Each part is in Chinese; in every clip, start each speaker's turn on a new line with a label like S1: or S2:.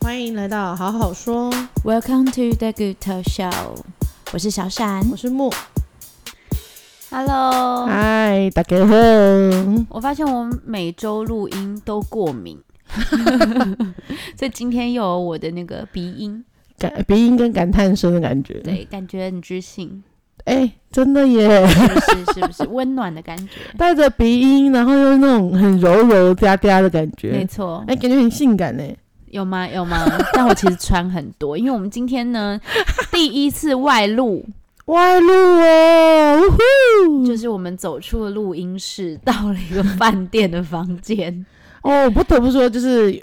S1: 欢迎来到好好说，
S2: Welcome to the Good Talk Show，我是小闪。
S1: 我是木。
S2: Hello，、
S1: 嗨，大家好。
S2: 我发现我每周录音都过 敏，所以今天又有我的那个鼻音，
S1: 感鼻音跟感叹声的感觉。，
S2: 对，感觉很知性，
S1: 哎、真的耶，
S2: 是不是？是不是温暖的感觉？
S1: 带着鼻音，然后又那种很柔柔嗲嗲的感
S2: 没
S1: 觉，
S2: 错
S1: 哎、，感觉很性感呢。
S2: 有吗？有 吗？但我其实穿很多，因为我们今天呢 第一次外露，
S1: 外露哦，呜呼！
S2: 就是我们走出了录音室，到了一个饭店的房间。
S1: 哦，不得不说，就是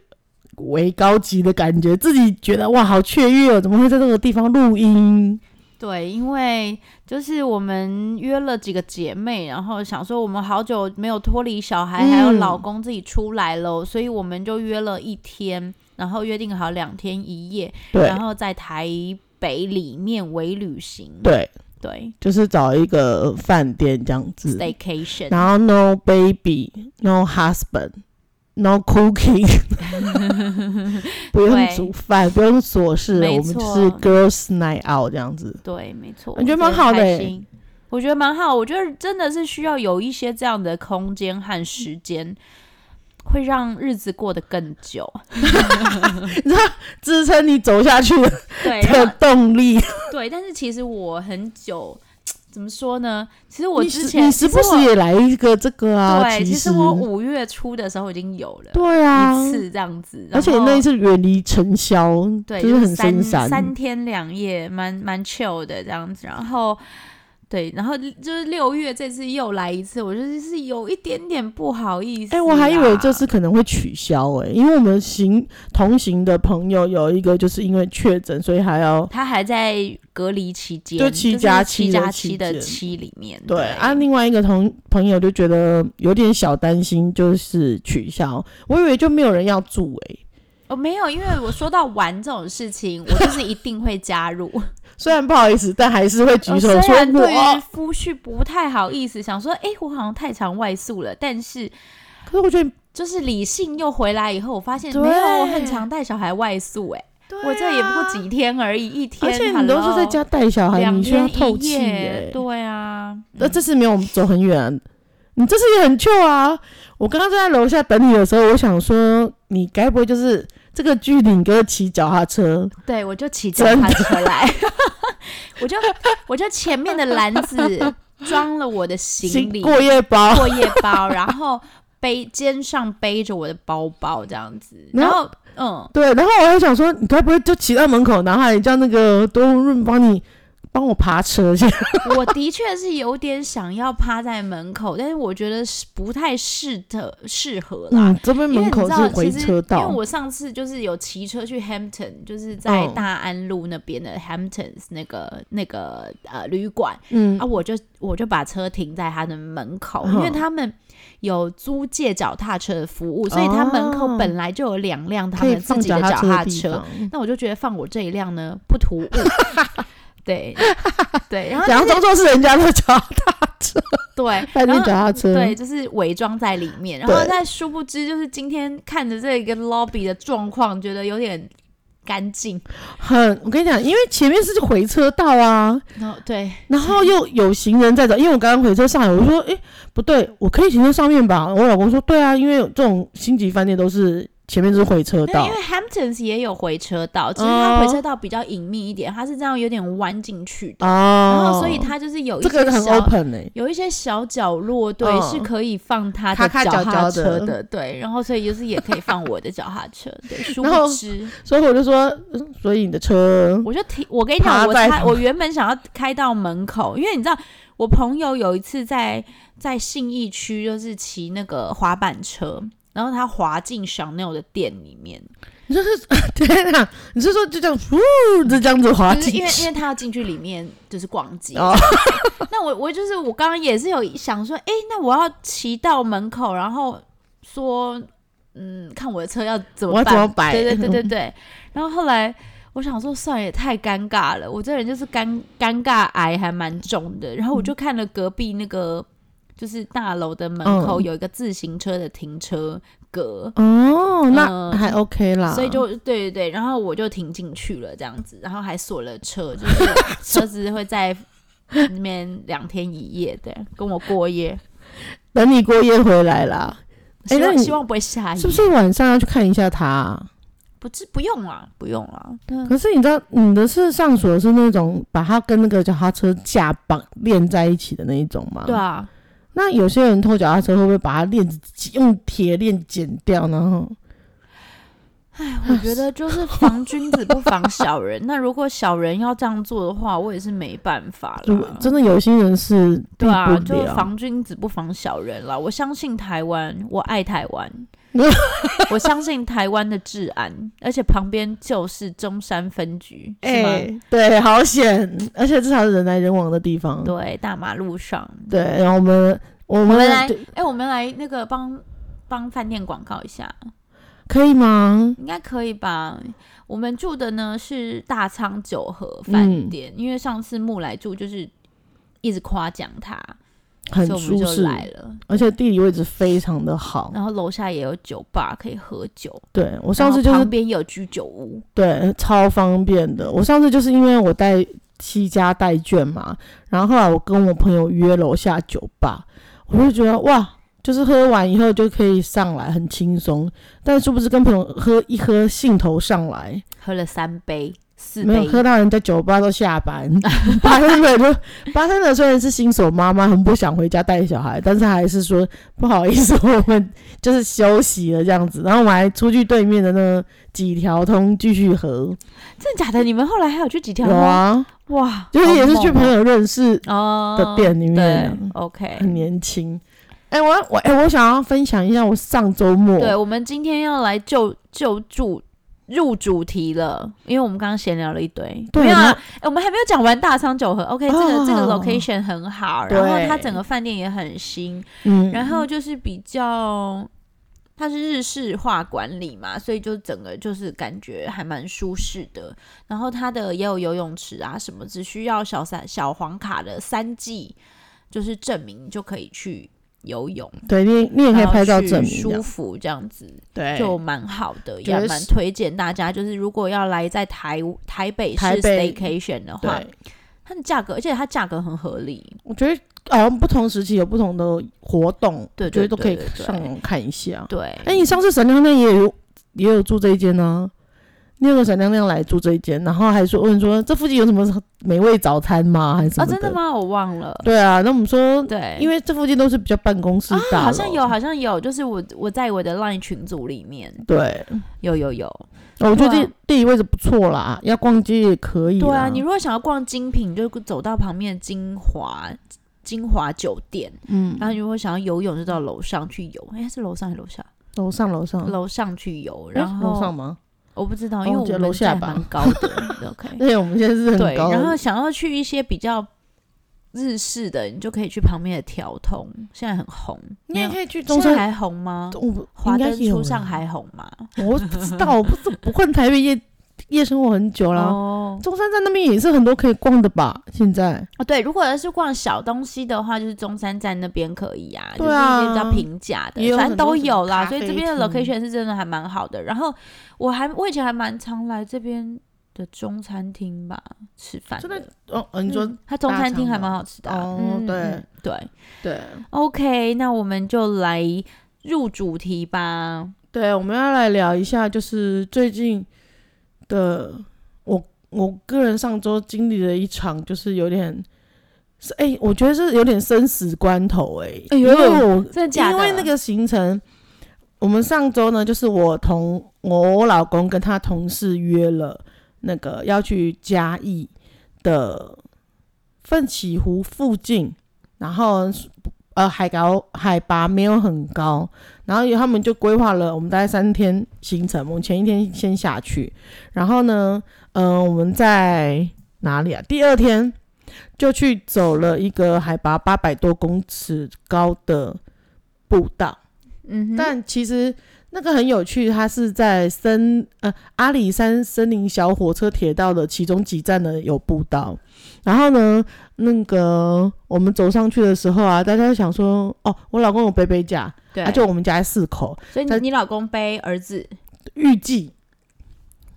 S1: 为高级的感觉，自己觉得哇，好雀跃哦，怎么会在这个地方录音？
S2: 对，因为就是我们约了几个姐妹，然后想说我们好久没有脱离小孩、
S1: 嗯
S2: 还有老公自己出来喽，所以我们就约了一天，然后约定好两天一夜，
S1: 对
S2: 然后在台北里面为旅行，
S1: 对，
S2: 对
S1: 就是找一个饭店这样子。
S2: ，staycation，
S1: 然后 no baby, no husband, no cooking，不用
S2: 对
S1: 煮饭，不用琐事，
S2: 没
S1: 我们就
S2: 错
S1: 是 girls night out 这样子。
S2: 对，没错，
S1: 我觉得蛮好的
S2: 我觉得
S1: 欸
S2: 开心我觉得蛮好，我觉得真的是需要有一些这样的空间和时间，会让日子过得更久。
S1: 支撑你走下去的
S2: 对，
S1: 的动力。
S2: 对，但是其实我很久怎么说呢？其实我
S1: 你
S2: 之
S1: 时
S2: 前
S1: 你时
S2: 其实
S1: 不时
S2: 我
S1: 也来一个这个啊，
S2: 对，其
S1: 实
S2: 实我五月初的时候已经有了
S1: 对啊，
S2: 一次这样子，
S1: 而且
S2: 然后
S1: 那一次远离尘嚣，
S2: 对
S1: 就是很深
S2: 三
S1: 山。
S2: 三天两夜，蛮蛮 chill 的这样子，然后。对，然后就是六月这次又来一次，我就是是有一点点不好意思、
S1: 哎、我还以为这次，可能会取消哎、因为我们行同行的朋友有一个就是因为确诊，所以还要
S2: 他还在隔离期间，
S1: 就七
S2: 七
S1: 加七
S2: 七
S1: 的
S2: 加
S1: 期
S2: 的
S1: 间
S2: 七里面。
S1: 对啊，另外一个同朋友就觉得有点小担心，就是取消。我以为就没有人要住欸诶、
S2: 哦，没有，因为我说到玩这种事情，我就是一定会加入。
S1: 虽然不好意思，但还是会举手
S2: 我
S1: 说
S2: 呃哦虽然对于
S1: 我。
S2: 夫婿不太好意思，想说，哎、我好像太常外宿了，但是
S1: 可是我觉得，
S2: 就是理性又回来以后，我发现
S1: 对
S2: 没有，我很常带小孩外宿、诶
S1: 对啊
S2: 我这也不过，几天而已，一天，
S1: 而且你都是在
S2: hello，
S1: 家带小孩，
S2: 两
S1: 你需要
S2: 天一
S1: 透气
S2: 夜
S1: 诶、，
S2: 对啊，
S1: 那
S2: 嗯
S1: 这次没有走很远、你这次也很 chill 啊！我刚刚就在楼下等你的时候，我想说，你该不会就是这个距离，你跟骑脚踏车？
S2: 对我就骑脚踏车来， 我就我就前面的篮子装了我的行李，
S1: 过夜包，
S2: 过夜包，然后背肩上背着我的包包这样子，
S1: 然
S2: 然
S1: 后
S2: 后嗯，
S1: 对，然后我还想说，你该不会就骑到门口，然后还叫那个多润帮你帮我爬车去？
S2: 我的确是有点想要趴在门口，但是我觉得是不太适合适合啦。
S1: 嗯，这边
S2: 因为
S1: 门
S2: 你
S1: 口
S2: 知
S1: 是
S2: 道，
S1: 回
S2: 其实
S1: 车
S2: 因为
S1: 道，
S2: 我上次就是有骑车去 Hampton，就是在
S1: 嗯
S2: 大安路那边的 Hamptons 那个那个呃旅馆，
S1: 嗯
S2: 啊，，我就我就把车停在他的门口，
S1: 嗯
S2: 因为他们有租借脚踏车的服务，所以他门口
S1: 哦
S2: 本来就有两辆他
S1: 可以
S2: 们自
S1: 放
S2: 己的
S1: 脚踏
S2: 脚
S1: 车
S2: 踏
S1: 的地
S2: 车
S1: 方。。
S2: 那我就觉得放我这一辆呢不 突兀，对对，然后
S1: 然后装作是人家的脚踏车，
S2: 对，
S1: 饭
S2: 然
S1: 店
S2: 后
S1: 脚踏车，
S2: 对，就是伪装在里面，然后
S1: 对
S2: 但殊不知就是今天看着这一个 lobby 的状况，觉得有点干净，
S1: 很。我跟你讲，因为前面是回车道啊，
S2: 然后对，
S1: 然后又有行人在走，因为我刚刚回车上来，我说，诶，不对，我可以停在上面吧？我老公说，对啊，因为这种星级饭店都是前面就是回车
S2: 没有，
S1: 道
S2: 因为，Hamptons 也有回车道，只是它
S1: 哦
S2: 回车道比较隐秘一点，它是这样有点弯进去的，
S1: 哦，
S2: 然后所以它就是有一
S1: 这
S2: 些
S1: 个很
S2: 小
S1: open 哎、
S2: 有一些小角落，对，
S1: 嗯
S2: 是可以放他
S1: 咔
S2: 的
S1: 咔
S2: 脚
S1: 角角
S2: 踏
S1: 的
S2: 车的，对，然后所以就是也可以放我的脚踏车， 对，殊
S1: 然后
S2: 不知，
S1: 所以我就说，嗯所以你的车
S2: 我就停，我跟你
S1: 嗯
S2: 讲，
S1: 趴
S2: 我
S1: 在
S2: 开，我原本想要开到门口，因为你知道，我朋友有一次在在信义区就是骑那个滑板车，然后他滑进 Chanel 的店里面，
S1: 天啊！你是说就这样，呜，就这样子滑
S2: 就是
S1: 进
S2: 因为因
S1: 去？
S2: 为他要进去里面就是逛街。
S1: 哦，
S2: 那我我就是我刚刚也是有想说，诶，那我要骑到门口，然后说，嗯，看我的车要怎么
S1: 我要
S2: 办？
S1: 怎么摆
S2: 对对对对对。然后后来我想说，算了，也太尴尬
S1: 嗯
S2: 了，我这人就是尴尴尬癌还蛮重的。然后我就看了隔壁那个。就是大楼的门口
S1: 嗯
S2: 有一个自行车的停车格，
S1: 哦，那
S2: 嗯
S1: 还 OK 啦。
S2: 所以就对对对，然后我就停进去了这样子，然后还锁了车，就是 车子会在那边两天一夜的跟我 过夜，
S1: 等你过夜回来啦，
S2: 希
S1: 哎那
S2: 望
S1: 你
S2: 希望不会下雨，
S1: 是不是晚上要去看一下他啊、
S2: 不是不用啊啦，不用啦，嗯
S1: 可是你知道，你的是上锁是那种把它跟那个脚踏车架绑链在一起的那一种吗？
S2: 对。啊，
S1: 那有些人偷脚踏车会不会把它链子用铁链剪掉，然后
S2: 哎，我觉得就是防君子不防小人， 那如果小人要这样做的话，我也是没办法
S1: 就
S2: 了。
S1: 真的有心人是避
S2: 啊对啊，
S1: 不
S2: 就
S1: 了。
S2: 防君子不防小人啦。我相信台湾，我爱台 湾，我相信台湾的治安，而且旁边就是中山分局，是吗？
S1: 哎对，好险！而且至少是人来人往的地方。
S2: 对，大马路上。
S1: 对，然后我们我们
S2: 我们来
S1: 对，
S2: 哎、我们来那个帮帮饭店广告一下，
S1: 可以吗？
S2: 应该可以吧？我们住的呢是大仓九和
S1: 嗯
S2: 饭店，因为上次木来住就是一直夸奖他，
S1: 很
S2: 所以我
S1: 舒
S2: 们就
S1: 适，
S2: 来了。
S1: 而且地理位置非常的好。
S2: 然后楼下也有酒吧可以喝酒，
S1: 对我上次就
S2: 然后
S1: 是
S2: 旁边也有居酒屋，
S1: 对，超方便的。我上次就是因为我带西家带券嘛，然后后来我跟我朋友约楼下酒吧，我就觉得哇，就是喝完以后就可以上来，很轻松。但殊不知跟朋友喝一喝，兴头上来，
S2: 喝了三杯四
S1: 没有
S2: 杯，
S1: 喝到人家酒吧都下班。 巴塞的就巴塞的虽然是新手妈妈，很不想回家带小孩，但是还是说不好意思，我们就是休息了这样子。然后我们还出去对面的那几条通继续喝，
S2: 真的假的？你们后来还有去几条
S1: 有
S2: 吗？
S1: 啊。
S2: 哇，
S1: 就是也是去朋
S2: 好
S1: 友认识
S2: 猛哦
S1: 的店里面，啊
S2: 对，OK，
S1: 很年轻。哎、我我哎、我想要分享一下我上周末，
S2: 对，我们今天要来就就主入主题了，因为我们刚刚闲聊了一堆，
S1: 对
S2: 没有啊
S1: 然，
S2: 哎我们还没有讲完大仓九和，OK，这个、这个
S1: 哦
S2: location 很好，然后
S1: 对
S2: 它整个饭店也很新，
S1: 嗯，
S2: 然后就是比较，它是日式化管理嘛，所以就整个就是感觉还蛮舒适的。然后它的也有游泳池啊什么，只需要小三小黄卡的三 G 就是证明就可以去游泳，
S1: 对你你也可以
S2: 然后
S1: 拍照
S2: 去
S1: 证明这
S2: 舒
S1: 样，
S2: 服这样子
S1: 对
S2: 就蛮好的，
S1: 觉
S2: 也
S1: 得
S2: 蛮
S1: 是
S2: 推荐大家。就是如果要来在台台北市
S1: 台北
S2: staycation 的话
S1: 对，，
S2: 它的价格，而且它价格很合理，
S1: 我觉得好像不同时期有不同的活动，
S2: 对
S1: 我觉得
S2: 对
S1: 都可以
S2: 对对对
S1: 上网看一下。
S2: 对。哦
S1: 哎、你上次闪亮亮也有也有住这一间呢、你有个闪亮亮来住这一间，然后还说问说这附近有什么美味早餐吗？还是什
S2: 啊，
S1: 么的？
S2: 真的？吗？我忘了。
S1: 对啊，那我们说，
S2: 对，
S1: 因为这附近都是比较办公室大、哦
S2: 啊，好像有，。好像有，就是我我在我的 LINE 群组里面
S1: 对，
S2: 有有有。
S1: 哦我觉得
S2: 对啊
S1: 地地理位置不错啦，要逛街也可以啦。
S2: 对啊，你如果想要逛精品，就走到旁边的金华金华酒店，
S1: 嗯，
S2: 然后如果想要游泳，就到楼上去游。哎，是楼上还是楼下？
S1: 楼上楼上，
S2: 楼上去游，
S1: 嗯诶
S2: 然
S1: 楼上
S2: 后
S1: 吗？
S2: 我不知道，
S1: 哦
S2: 因为
S1: 我
S2: 我
S1: 觉得
S2: 们
S1: 楼下
S2: 在
S1: 吧
S2: 蛮高 的，OK。
S1: 对，哎我们现在是很
S2: 对，
S1: 高的，
S2: 然后想要去一些比较日式的，你就可以去旁边的调通，现在很红。
S1: 你也可
S2: 以，
S1: 以去中
S2: 现在
S1: 山，
S2: 还红吗？
S1: 我不
S2: 华
S1: 应该
S2: 灯
S1: 有
S2: 初
S1: 啦
S2: 上，还红吗？
S1: 我不知道，我不是不混台北夜夜生活很久了。
S2: 哦，
S1: 中山站那边也是很多可以逛的吧？现在
S2: 哦，对，如果要是逛小东西的话，就是中山站那边可以啊，就是
S1: 对啊
S2: 一些比较平价
S1: 也
S2: 的，
S1: 有
S2: 反正
S1: 很多
S2: 都
S1: 什么
S2: 有啦。
S1: 咖
S2: 所以这
S1: 啡
S2: 边的
S1: 厅
S2: location 是真的还蛮好的。然后我还我以前还蛮常来这边的中餐厅吧吃饭，
S1: 真的哦，哦你说
S2: 嗯它中
S1: 大
S2: 餐厅
S1: 肠
S2: 还
S1: 吗
S2: 蛮好吃的啊、
S1: 哦
S2: 嗯
S1: 对
S2: 嗯对
S1: 对
S2: ，OK，那我们就来入主题吧。
S1: 对，我们要来聊一下，就是最近的我，我个人上周经历了一场，就是有点。是哎、我觉得是有点生死关头哎、
S2: 哎呦
S1: 因为我
S2: 真的假的
S1: 因为那个行程，我们上周呢，就是我同我我老公跟他同事约了那个要去嘉义的奋起湖附近，然后呃海高海拔没有很高，然后他们就规划了我们大概三天行程，我们前一天先下去，然后呢，嗯、我们在哪里啊？第二天就去走了一个海拔八百多公尺高的步道，
S2: 嗯哼，
S1: 但其实。那个很有趣，它是在森呃阿里山森林小火车铁道的其中几站呢有步道，然后呢，那个我们走上去的时候啊，大家就想说，哦，我老公有背背架，
S2: 对，
S1: 啊，就我们家四口，
S2: 所以你
S1: 在
S2: 你老公背儿子，
S1: 预计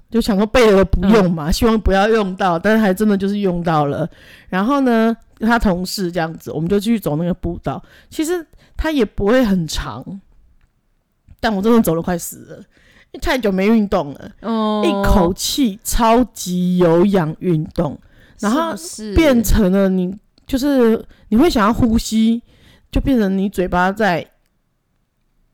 S1: 就想说背了不用
S2: 嗯
S1: 嘛，希望不要用到，但是还真的就是用到了。然后呢，他同事这样子，我们就继续走那个步道。其实它也不会很长，但我真的走了快死了，因为太久没运动了，
S2: 嗯
S1: 一口气超级有氧运动，然后
S2: 是不是
S1: 变成了你就是你会想要呼吸，就变成你嘴巴在。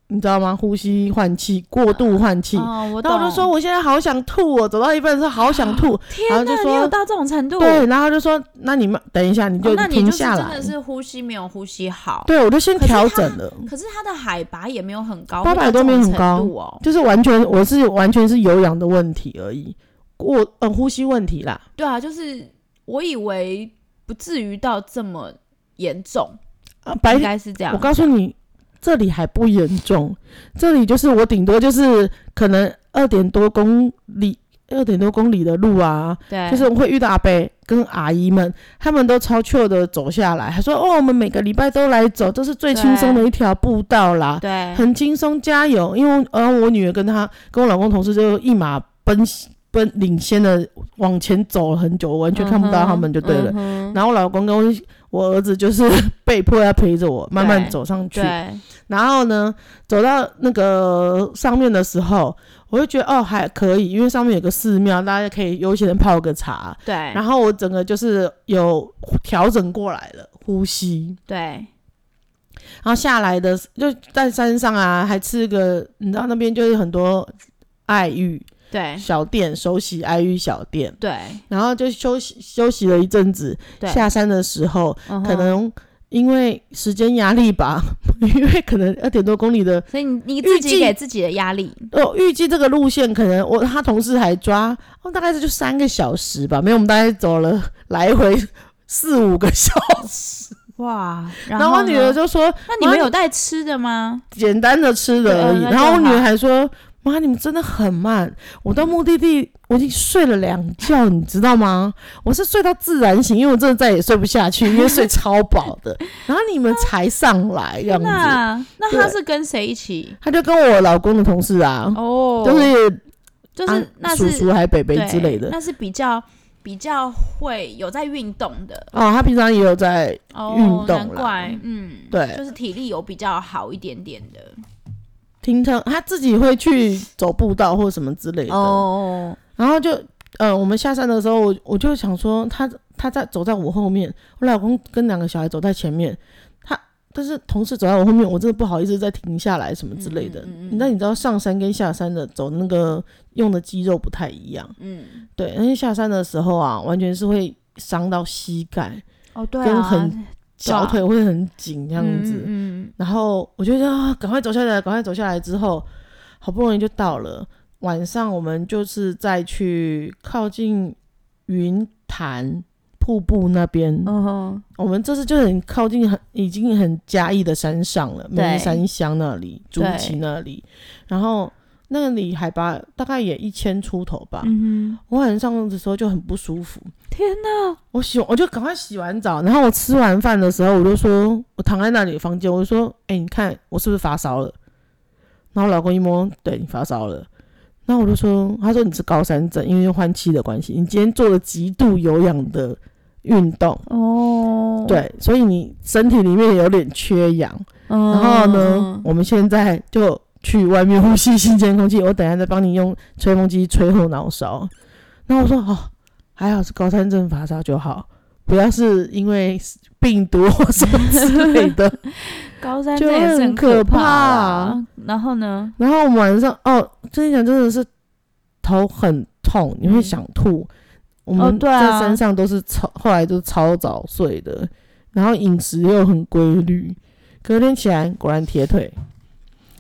S1: 你知道吗？呼吸换气，过度换气，
S2: 哦，我
S1: 然后我就说
S2: 懂啊
S1: 我现在好想吐哦，走到一半的时候好想吐，
S2: 天
S1: 然后
S2: 哪，
S1: 就
S2: 你
S1: 说
S2: 有到这种程度，
S1: 对，然后他就说那你们等一下你
S2: 哦
S1: 就
S2: 那你
S1: 停
S2: 就是
S1: 下
S2: 真
S1: 来
S2: 的，是呼吸没有呼吸好，
S1: 对我就先
S2: 可是
S1: 调
S2: 他
S1: 整了，
S2: 可是它的海拔也没有很高，
S1: 800
S2: 会到
S1: 都没有
S2: 这种
S1: 很高
S2: 程度哦。
S1: 就是完全我是完全是有氧的问题而已，我嗯呼吸问题啦，
S2: 对啊，就是我以为不至于到这么严重，
S1: 啊白
S2: 哦应
S1: 天
S2: 该是这样。
S1: 我告诉你这里还不严重，这里就是我顶多就是可能二点多公里二点多公里的路啊，
S2: 对，
S1: 就是我会遇到阿伯跟阿姨们，他们都超 chill 的走下来，还说哦，我们每个礼拜都来走，这是最轻松的一条步道啦，
S2: 对，
S1: 很轻松，加油！因为呃，我女儿跟她跟我老公同事就一马奔奔领先的往前走了很久，我完全看不到他们就对了。
S2: 嗯嗯哼
S1: 然后我老公跟我我儿子就是被迫要陪着我慢慢走上去，
S2: 对，
S1: 然后呢，走到那个上面的时候，我就觉得哦还可以，因为上面有个寺庙，大家可以悠闲的泡个茶。
S2: 对，
S1: 然后我整个就是有调整过来了呼吸，
S2: 对，
S1: 然后下来的就在山上啊，还吃个，你知道那边就是很多爱玉
S2: 对，
S1: 小店，手洗爱玉小店，
S2: 对，
S1: 然后就休息休息了一阵子。
S2: 对，
S1: 下山的时候，
S2: 嗯哼
S1: 可，能因为时间压力吧，因为可能二点多公里的
S2: 所以你你自
S1: 预
S2: 己
S1: 计
S2: 给自己的压力，
S1: 我预计这个路线可能我他同事还抓，哦，大概是就三个小时吧，没有，我们大概走了来回四五个小时。
S2: 哇，然
S1: 哦然后我
S2: 呢
S1: 女儿，就说
S2: 那你们有带吃的吗？
S1: 简单的吃的而已，
S2: 对呃那就
S1: 然后我女
S2: 好
S1: 儿还说。妈，你们真的很慢！我到目的地，我已经睡了两觉，你知道吗？我是睡到自然醒，因为我真的再也睡不下 去，因为睡超饱的。然后你们才上来，这样子。
S2: 那那他
S1: 对
S2: 是跟谁一起？
S1: 她就跟我老公的同事啊，
S2: 哦，
S1: 就是
S2: 就是、
S1: 啊
S2: 那
S1: 叔
S2: 是
S1: 叔还北北
S2: 对
S1: 之类的。
S2: 那是比较比较会有在运动的
S1: 哦，他平常也有在，
S2: 哦，
S1: 运动啦
S2: 难怪，嗯，
S1: 对
S2: 就是体力有比较好一点点的
S1: 平常他自己会去走步道或什么之类的。
S2: 哦，
S1: 然后就，呃，我们下山的时候，我我就想说他，他在走在我后面，我老公跟两个小孩走在前面，他但是同事走在我后面，我真的不好意思再停下来什么之类的。
S2: 嗯嗯嗯嗯
S1: 那你知道上山跟下山的走那个用的肌肉不太一样，
S2: 嗯，
S1: 对，因为下山的时候啊，完全是会伤到膝盖，
S2: 哦对
S1: 跟
S2: 啊，
S1: 很
S2: 啊
S1: 小腿会很紧这
S2: 这
S1: 样子。
S2: 嗯，嗯
S1: 然后我就觉得啊，赶快走下来，赶快走下来之后，好不容易就到了。晚上我们就是再去靠近云潭瀑布那边，
S2: 嗯哼，
S1: 我们这次就很靠近很已经很嘉义的山上了，
S2: 对
S1: 梅山乡那里、竹
S2: 对
S1: 崎那里，然后那里海拔大概也一千出头吧。
S2: 嗯
S1: 我晚上的时候就很不舒服，
S2: 哼，天哪，
S1: 我洗，我就赶快洗完澡，然后我吃完饭的时候，我就说，我躺在那里房间，我就说，哎、你看我是不是发烧了？然后老公一摸，对你发烧了。然后我就说，他说你是高山症，因为换气的关系，你今天做了极度有氧的运动，
S2: 哦，
S1: 对，所以你身体里面有点缺氧。
S2: 嗯，
S1: 然
S2: 然
S1: 后呢，我们现在就去外面呼吸新鲜空气，我等一下再帮你用吹风机吹后脑勺。然后我说哦，还好是高山症发烧就好，不要是因为病毒或什么之类 的。
S2: 高山
S1: 就
S2: 这也是
S1: 很
S2: 很
S1: 可
S2: 怕
S1: 怕
S2: 啊，然后呢，
S1: 然后我们晚上哦，跟你讲真的是头很痛，你会
S2: 嗯
S1: 想吐。我
S2: 哦
S1: 们
S2: 对
S1: 在
S2: 啊
S1: 山上都是超，后来都超早睡的，然后饮食又很规律，隔天起来果然铁腿。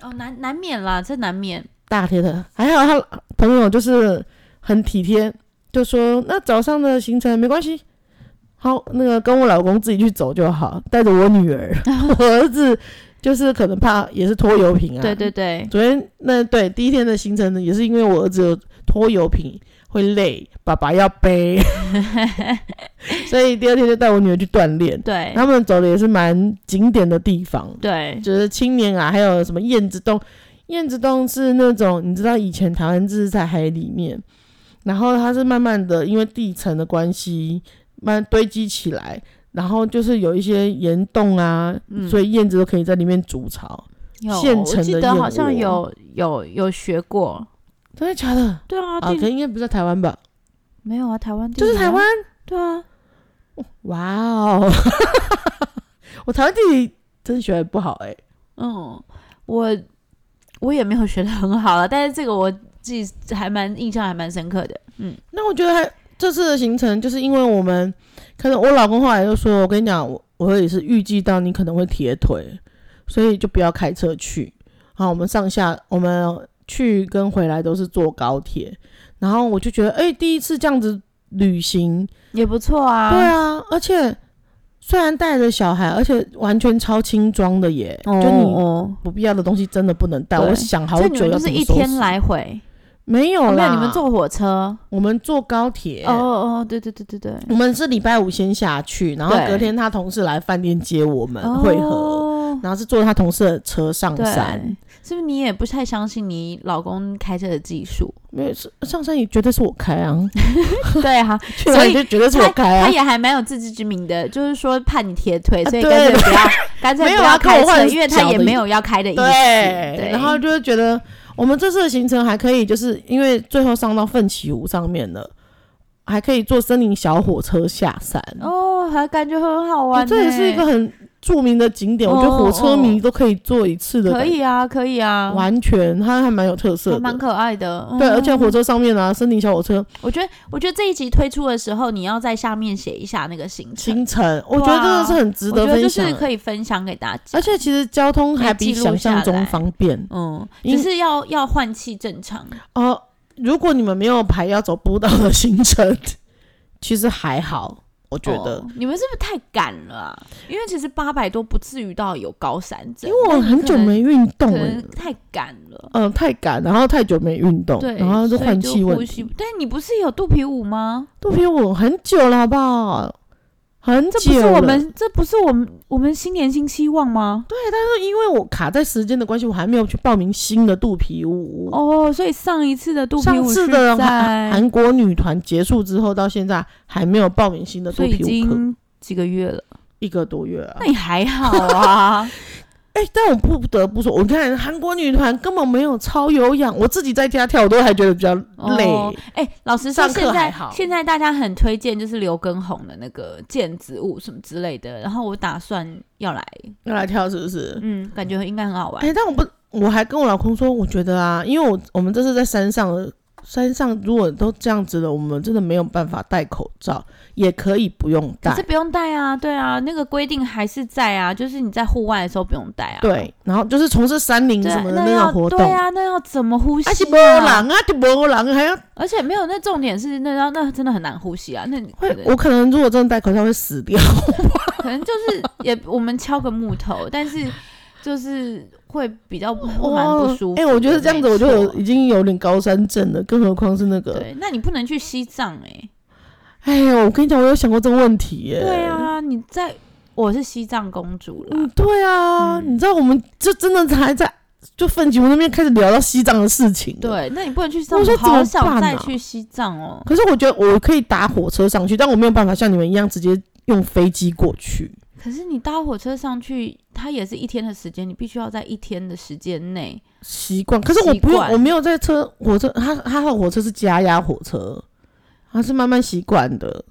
S2: 哦难难免啦，这难免，
S1: 大贴的，还好他朋友就是很体贴，就说那早上的行程没关系， 好，那个跟我老公自己去走就好，带着我女儿、我儿子就是可能怕也是拖油瓶啊。
S2: 对对对，
S1: 昨天那对第一天的行程呢，也是因为我儿子有拖油瓶会累，爸爸要 背，所以第二天就带我女儿去锻炼。
S2: 对
S1: 他们走的也是蛮景点的地方，
S2: 对，
S1: 就是青年啊，还有什么燕子洞。燕子洞是那种你知道以前台湾就是在海里面，然后它是慢慢的因为地层的关系，慢慢堆积起来，然后就是有一些岩洞啊，
S2: 嗯
S1: 所以燕子都可以在里面筑巢。
S2: 有
S1: 现成
S2: 我记
S1: 的
S2: 得
S1: 燕
S2: 好像
S1: 窝
S2: 有有有学过，
S1: 真的假的？
S2: 对啊，
S1: 啊，
S2: 地
S1: 可能应该不是在台湾吧？
S2: 没有啊，台湾地
S1: 就是
S2: 理
S1: 台
S2: 啊
S1: 湾，
S2: 对啊，
S1: 哇哦！ 我台湾地理真的学的不好哎、
S2: 嗯，我我也没有学的很好了，但是这个我自己还蛮印象还蛮深刻的。嗯，
S1: 那我觉得还这次的行程，就是因为我们可能我老公后来就说，我跟你讲，我我也是预计到你可能会铁腿，所以就不要开车去。好，我们上下我们去跟回来都是坐高铁，然后我就觉得，哎、第一次这样子旅行，
S2: 也不错啊。
S1: 对，啊，而且虽然带着小孩，而且完全超轻装的耶，
S2: 哦
S1: 就你
S2: 哦，
S1: 不必要的东西真的不能带。
S2: 对
S1: 我想好
S2: 这你
S1: 久
S2: 们
S1: 要
S2: 就
S1: 怎
S2: 是
S1: 么
S2: 一
S1: 收拾。
S2: 天来回，
S1: 没有
S2: 哦没
S1: 啦，
S2: 有你们坐火车。
S1: 我们坐高铁。
S2: 哦哦哦，对对对对对，
S1: 我们是礼拜五先下去，然后
S2: 对
S1: 隔天他同事来饭店接我们会合，
S2: 哦
S1: 然后是坐他同事的车上
S2: 对，
S1: 山。
S2: 是不是你也不太相信你老公开车的技 术？
S1: 没有是上山也绝对是我开 啊，
S2: 对啊，
S1: 去哪里就绝对是我开
S2: 他
S1: 啊。
S2: 也还蛮有自知之明的，就是说怕你铁腿，所以
S1: 对
S2: 干脆不要，干脆
S1: 没
S2: 不
S1: 有
S2: 要
S1: 啊跟
S2: 开
S1: 我
S2: 车，
S1: 换
S2: 因为他
S1: 脚
S2: 也
S1: 的
S2: 没有要开的意思。对
S1: 对，然后就会觉得我们这次的行程还可以，就是因为最后上到奋起湖上面了，还可以坐森林小火车下山。
S2: 哦，还感觉很好玩、
S1: 哦
S2: 欸，
S1: 这也是一个很著名的景点，我觉得火车迷都可以坐一次的感
S2: 哦可
S1: 觉，
S2: 以啊，可以啊，
S1: 完全它还蛮有特色
S2: 还
S1: 的，
S2: 蛮可爱的。嗯
S1: 对，而且火车上面啊，森林小火车
S2: 我觉得，我觉得这一集推出的时候，你要在下面写一下那个行程，
S1: 行程，我觉得真的是很值
S2: 我
S1: 得
S2: 觉得
S1: 分
S2: 就
S1: 享
S2: 是。可以分享给大家
S1: 而。且其实交通还比想象中方便
S2: 嗯，
S1: 因
S2: 只是要要换气正常。
S1: 哦、呃如果你们没有排要走步道的行程， 其实还好，我觉得。
S2: 哦你们是不是太赶了啊？因为其实八百多不至于到有高山症，
S1: 因为我
S2: 但
S1: 很
S2: 你可
S1: 久
S2: 能
S1: 没运动
S2: 可
S1: 了，
S2: 能太赶了。
S1: 嗯、太赶，然后太久没运动，哦
S2: 对，
S1: 然后
S2: 所
S1: 就
S2: 以
S1: 换气
S2: 呼
S1: 问题。
S2: 吸不。但你不是有肚皮舞吗？
S1: 肚皮舞很久了，好不好？很
S2: 这
S1: 久
S2: 不是
S1: 了
S2: 我们，这不是我们我们新年新希望吗？
S1: 因为我卡在时间的关系，我还没有去报名新的肚皮舞。
S2: 哦，所以上一次的肚皮
S1: 上
S2: 舞
S1: 次
S2: 是
S1: 的韩
S2: 在，
S1: 韩国女团结束之后，到现在还没有报名新的肚
S2: 所以已
S1: 皮舞课，
S2: 经几个月了，
S1: 一个多月啊
S2: 那。也还好啊。
S1: 哎、但我不得不说，我看韩国女团根本没有超有氧，我自己在家跳，我都还觉得比较累。
S2: 哦哎、老实
S1: 上
S2: 说，
S1: 课
S2: 现
S1: 还
S2: 在
S1: 好
S2: 现在大家很推荐就是刘畊宏的那个毽子舞什么之类的，然后我打算要来，
S1: 要来跳是不是？
S2: 嗯，感觉应该很好玩
S1: 呃哎、。但我不，我还跟我老公说，我觉得啊，因为我我们这是在山上的，山上如果都这样子了，我们真的没有办法戴口罩，也可以不用戴
S2: 可是。不用带啊，对啊，那个规定还是在啊，就是你在户外的时候不用带啊。
S1: 对，然后就是从事山林
S2: 对
S1: 什
S2: 啊，
S1: 么的
S2: 那
S1: 那
S2: 要
S1: 种活动，
S2: 对啊，那要怎么呼吸、
S1: 啊
S2: 啊？
S1: 是没人啊，就没人，还要
S2: 而且没有，那重点是那那那真的很难呼吸啊，那你可
S1: 会
S2: 能，
S1: 我可能如果真的戴口罩会死 掉。
S2: 可能就是也我们敲个木头，但是就是会比较不会蛮不舒服 的。
S1: 哎、我觉得这样子
S2: 没
S1: 我就有
S2: 错
S1: 已经有点高山症了，更何况是那个。
S2: 对，那你不能去西藏哎、
S1: 哎呀，我跟你讲，我有想过这个问题耶。
S2: 对啊，你在我是西藏公主啦。
S1: 嗯，对啊，你知道我们就真的还在就奋起湖那边开始聊到西藏的事情了。
S2: 对，那你不能去西藏，
S1: 我说
S2: 我好
S1: 怎么
S2: 想
S1: 办
S2: 再
S1: 啊
S2: 去西藏哦。
S1: 可是我觉得我可以搭火车上去，但我没有办法像你们一样直接用飞机过去。
S2: 可是你搭火车上去，它也是一天的时间，你必须要在一天的时间内。
S1: 习惯，可是我不
S2: 习
S1: 用，
S2: 惯
S1: 我没有在车火车，他他的火车是加压火车，他是慢慢习惯的。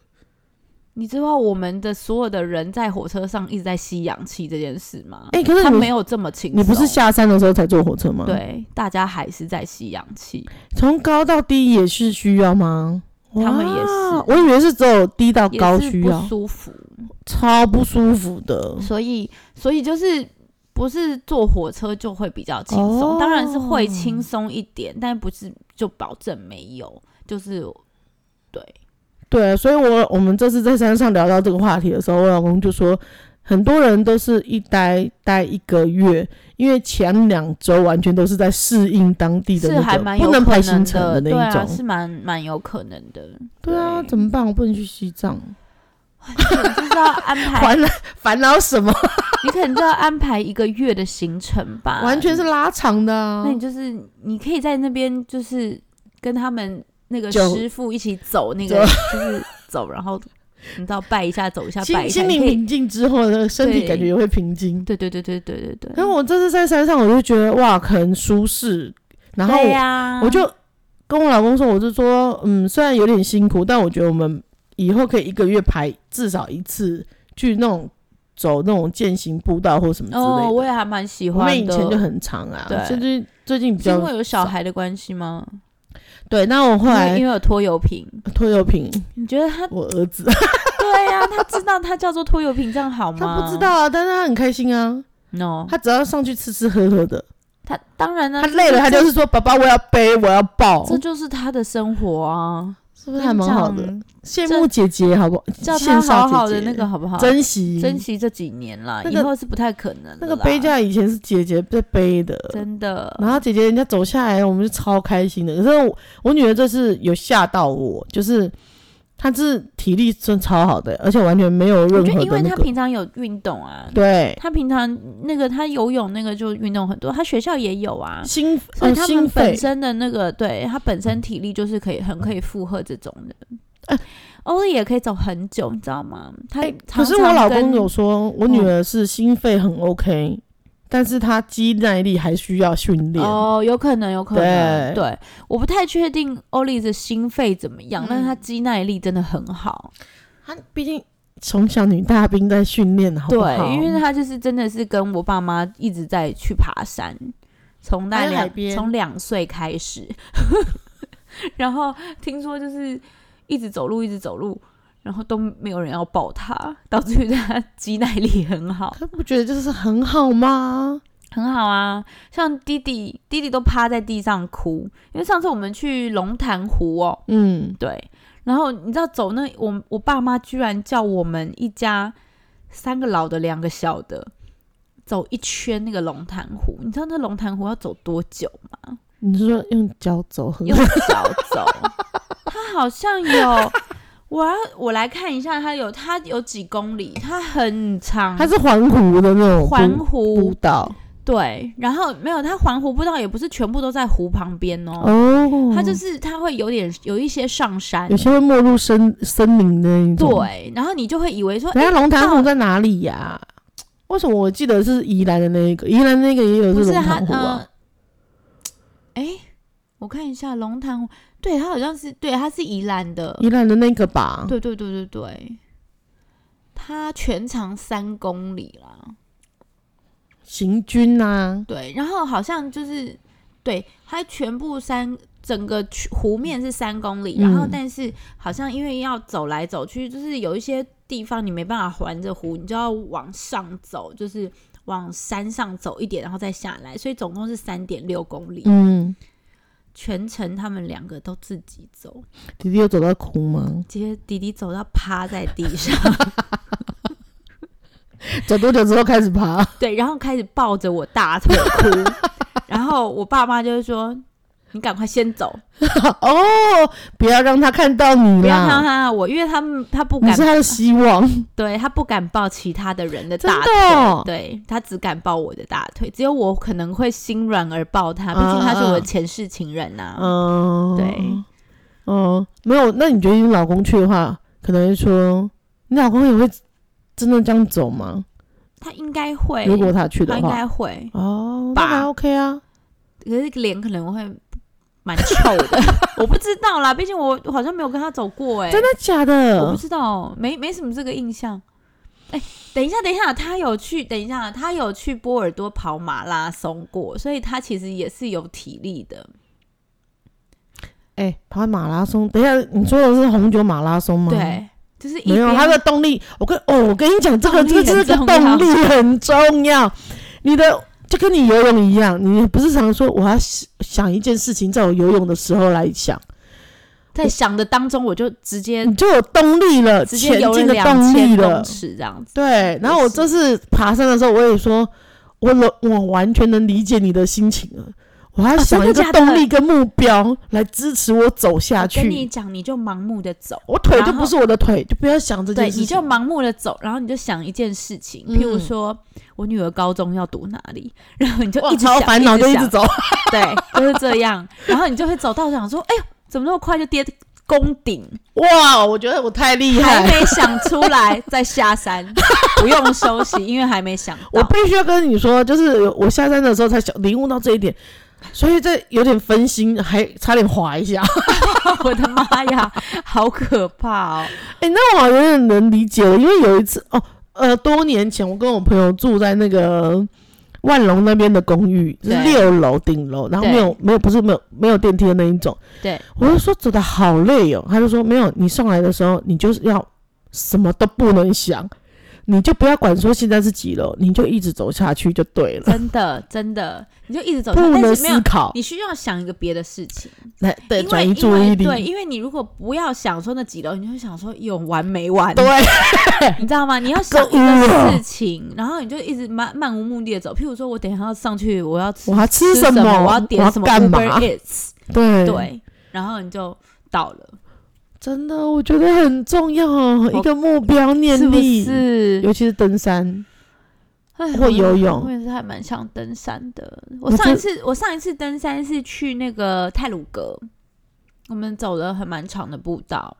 S2: 你知道我们的所有的人在火车上一直在吸氧气这件事吗？
S1: 哎、可是
S2: 他
S1: 你
S2: 没
S1: 们
S2: 有这么轻松。
S1: 你不是下山的时候才坐火车吗？，
S2: 对，大家还是在吸氧气。
S1: 从高到低也是需要吗？
S2: 他们也
S1: 哇
S2: 是
S1: 我以为是只有低到哦
S2: 也
S1: 高
S2: 是
S1: 需
S2: 不
S1: 要，嗯
S2: 舒服，
S1: 超不舒服的。
S2: 所以所以就是不是坐火车就会比较轻松，
S1: 哦
S2: 当然是会轻松一点，但不是就保证没有，就是对
S1: 啊对，所以我我们这次在山上聊到这个话题的时候，我老公就说：“很多人都是一待待一个月，因为前两周完全都是在适应当地的
S2: 是还
S1: 那
S2: 蛮
S1: 个，
S2: 有
S1: 不能
S2: 可
S1: 排行
S2: 能
S1: 程
S2: 的，
S1: 那
S2: 对
S1: 一
S2: 啊，
S1: 种。
S2: 是蛮蛮有可能的。
S1: 对啊，怎么办？我不能去西藏，
S2: 你可能就是要 安排，
S1: 烦烦恼什么？
S2: 你可能就要安排一个月的行程吧，
S1: 完全是。拉长的啊
S2: 那！你就是你可以在那边就是跟他们那个
S1: 就
S2: 师傅一起走那个就是走，然后你知道拜一下走一下拜
S1: 心
S2: 一下，
S1: 心灵
S2: 你可以
S1: 平静之后，那个身体
S2: 对
S1: 感觉也会平静。
S2: 对对对对对对对。
S1: 然后我这次在山上，我就觉得哇，很舒适。然后
S2: 对
S1: 我
S2: 呀、
S1: 我就跟我老公说，我就说，嗯，虽然有点辛苦，但我觉得我们以后可以一个月排至少一次去那种走那种践行步道或什么之类的。
S2: 哦，我也还蛮喜
S1: 我
S2: 欢
S1: 们
S2: 的。
S1: 以前就很长啊，
S2: 对
S1: 甚至最近比
S2: 是
S1: 较
S2: 因为有小孩的关系吗？
S1: 对。那我后
S2: 因为
S1: 来
S2: 因为啊有拖油瓶，
S1: 拖油瓶，
S2: 你觉得他
S1: 我儿子
S2: 对呀、他知道他叫做拖油瓶，这样好吗？
S1: 他不知道啊，但是他很开心啊，
S2: ，no，
S1: 他只要上去吃吃喝喝的，
S2: 他当然呢、
S1: 他累了他就是说爸爸我要背我要抱，
S2: 这就是他的生活啊，
S1: 是不是还蛮好
S2: 跟
S1: 的？
S2: 你
S1: 羡慕姐姐好不好？
S2: 讲，叫
S1: 羡
S2: 他
S1: 煞
S2: 好好的
S1: 姐姐
S2: 那个好不好？
S1: 珍惜
S2: 珍惜这几年啦，
S1: 那个
S2: 以后是不太可能
S1: 那个
S2: 的啦
S1: 杯架以前是姐姐在背的，
S2: 真的
S1: 然后姐姐人家走下来，我们就超开心的。可是我我女儿这次有吓到我，就是她是体力真超好的，而且完全没有
S2: 我
S1: 任
S2: 觉得
S1: 何
S2: 因为
S1: 的那
S2: 他
S1: 个。
S2: 平常有运动啊，
S1: 对，
S2: 他平常那个他游泳那个就运动很多，他学校也有啊，
S1: 心
S2: 所以
S1: 呃
S2: 他
S1: 心
S2: 们本
S1: 肺，
S2: 身的那个，对他本身体力就是可以很可以负荷这种的。欧丽也可以走很久，你知道吗？他
S1: 呃哎
S2: 常
S1: 可是我老
S2: 常跟
S1: 公有说，我女儿是心肺很 OK，、但是她肌耐力还需要训练。
S2: 哦，有可能，有可能，
S1: 对
S2: 对，我不太确定欧丽的心肺怎么样，但是
S1: 嗯
S2: 她肌耐力真的很好，
S1: 她毕竟从小女大兵在训练，好不好？
S2: 对，因为她就是真的是跟我爸妈一直在去爬山，从
S1: 还
S2: 那
S1: 有海
S2: 两
S1: 边
S2: 从两岁开始， 然后听说就是一直走路，一直走路。然后都没有人要抱她，导致于她肌耐力很好，
S1: 她不觉得这是很好吗？
S2: 很好啊。像弟弟，弟弟都趴在地上哭，因为上次我们去龙潭湖哦，
S1: 嗯，
S2: 对，然后你知道走那我我爸妈居然叫我们一家三个老的两个小的走一圈那个龙潭湖，你知道那龙潭湖要走多久吗？
S1: 你是说用脚走很
S2: 用脚走，它好像有。我要我来看一下，它有它有几公里，它很长，
S1: 它是环湖的那种
S2: 环
S1: 孤
S2: 湖
S1: 岛
S2: 对，然后没有它环湖步道也不是全部都在湖旁边哦，
S1: 哦，
S2: 它就是它会有点有一些上山
S1: 有，些会没入森森林的那一种。，
S2: 对，然后你就会以为说，
S1: 人家龙潭
S2: 到
S1: 湖在哪里呀、为什么我记得是宜兰的那一个？宜兰那个也有
S2: 不是
S1: 龙
S2: 他，
S1: 潭
S2: 嗯，
S1: 湖啊？
S2: 哎、我看一下龙潭湖，对他好像是对，他是宜兰的，
S1: 宜兰的那个吧？
S2: 对对对对对，它全长三公里啦，
S1: 行军啊，
S2: 对，然后好像就是对它全部三。整个区湖面是三公里，然后
S1: 嗯
S2: 但是好像因为要走来走去，就是有一些地方你没办法环着湖，你就要往上走，就是往山上走一点，然后再下来，所以总共是三点六公里。
S1: 嗯，
S2: 全程他们两个都自己走，
S1: 弟弟有走到哭 吗？
S2: 直接弟弟走到趴在地上，
S1: 走多久之后开始爬？
S2: 对，然后开始抱着我大腿哭， 然后我爸妈就会说：“你赶快先走，
S1: 哦，不要让他看到
S2: 不
S1: 你
S2: 要让
S1: 啦！
S2: 他我，因为他们他不
S1: 你
S2: 敢
S1: 是，他的希 望，
S2: 对他不敢抱其他的人的
S1: 真
S2: 大
S1: 的
S2: 腿。”
S1: 哦。
S2: 对他只敢抱我的大腿，只有我可能会心软而抱他，毕竟他是我的前世情人啊呐、
S1: 嗯，
S2: 对，
S1: 哦，没有。那你觉得你老公去的话，可能会说，你老公也会真的这样走吗？
S2: 他应该会，
S1: 如果他去
S2: 他
S1: 的
S2: 应
S1: 话，
S2: 该会，
S1: 哦，那
S2: 吧
S1: 还 OK 啊。
S2: 可是脸可能会蛮臭的， 我不知道啦，毕竟我好像没有跟他走过哎、
S1: 真的假
S2: 我不
S1: 的？
S2: 知道，没没什么这个印象。哎、等一下，等一下，他有去，等一下，他有去波尔多跑马拉松过，所以他其实也是有体力的。
S1: 哎、跑马拉松，等一下，你说的是红酒马拉松吗？，
S2: 对，就是一
S1: 嗯没有
S2: 边
S1: 他的动力。我跟哦，我跟你讲，这个
S2: 动力
S1: 这个这
S2: 很
S1: 个动
S2: 重
S1: 力很重要。你的就跟你游泳一样，你不是常说我要想想一件事情，在我游泳的时候来想。
S2: 在想的当中，我就直接
S1: 你就有动力了，
S2: 直接
S1: 前
S2: 游
S1: 进
S2: 了
S1: 的
S2: 两
S1: 动力
S2: 千
S1: 了
S2: 公。尺这样子。
S1: 对，然后我这次爬山的时候，我也说，我能我完全能理解你的心情了。我还
S2: 哦
S1: 想
S2: 真
S1: 一
S2: 的
S1: 个
S2: 假的
S1: 动力跟目标来支持我走下
S2: 我跟哦你
S1: 去。
S2: 讲，你就盲目的走，
S1: 我腿就
S2: 然后
S1: 不是我的腿，就不要想这
S2: 对，
S1: 件事
S2: 你就
S1: 情。
S2: 盲目的走，然后你就想一件事情，
S1: 嗯
S2: 譬如说我女儿高中要读哪里， 然后你就
S1: 哇
S2: 一直
S1: 超
S2: 想，
S1: 烦恼，就一
S2: 想
S1: 直，走。
S2: 对， 就是这样，然后你就会走到想说，哎呦，怎么那么快就跌宫顶？
S1: 哇，我觉得我太厉害
S2: 还
S1: 了，
S2: 没想出来，再 下山，不用休息，因为还没想
S1: 我
S2: 到。
S1: 必须要跟你说，就是我下山的时候才想领悟到这一点，所以这有点分心，还差点滑一下。
S2: 我的妈呀，好可怕哦！
S1: 哎、那我好像有点能理解了，因为有一次哦，呃，多年前我跟我朋友住在那个万隆那边的公寓，是
S2: 对
S1: 六楼顶楼，然后
S2: 对
S1: 没有没有不是没有没有电梯的那一种。
S2: 对，
S1: 我就说走的好累哦，他就说没有，你上来的时候你就是要什么都不能想，你就不要管说现在是几楼，你就一直走下去就对了，
S2: 真的真的，你就一直走下去，
S1: 不能
S2: 呃但是没
S1: 思
S2: 有，
S1: 考，
S2: 你需要想一个别的事情，
S1: 来对
S2: 因为
S1: 转移
S2: 因
S1: 注
S2: 为
S1: 意力，
S2: 对，因为你如果不要想说那几楼，你就会想说有完没啊完，
S1: 对
S2: 你知道吗？你要想一
S1: 够污
S2: 个
S1: 了
S2: 事情，然后你就一直漫漫无目的的走。譬如说，我等一下要上去，我要吃
S1: 我要吃什
S2: 么？
S1: 么
S2: 我要点什么
S1: 我要干
S2: Uber
S1: 嘛
S2: Eats？
S1: 对
S2: 对，然后你就到了。
S1: 真的，我觉得很重要哦，
S2: 我
S1: 一个目标念
S2: 是不
S1: 力，
S2: 是？
S1: 尤其是登山。
S2: 哎
S1: 会游泳
S2: 我也是还蛮想登山的。我
S1: 我
S2: 上一
S1: 这
S2: 次，我上一次登山是去那个泰鲁阁，我们走了很蛮长的步道。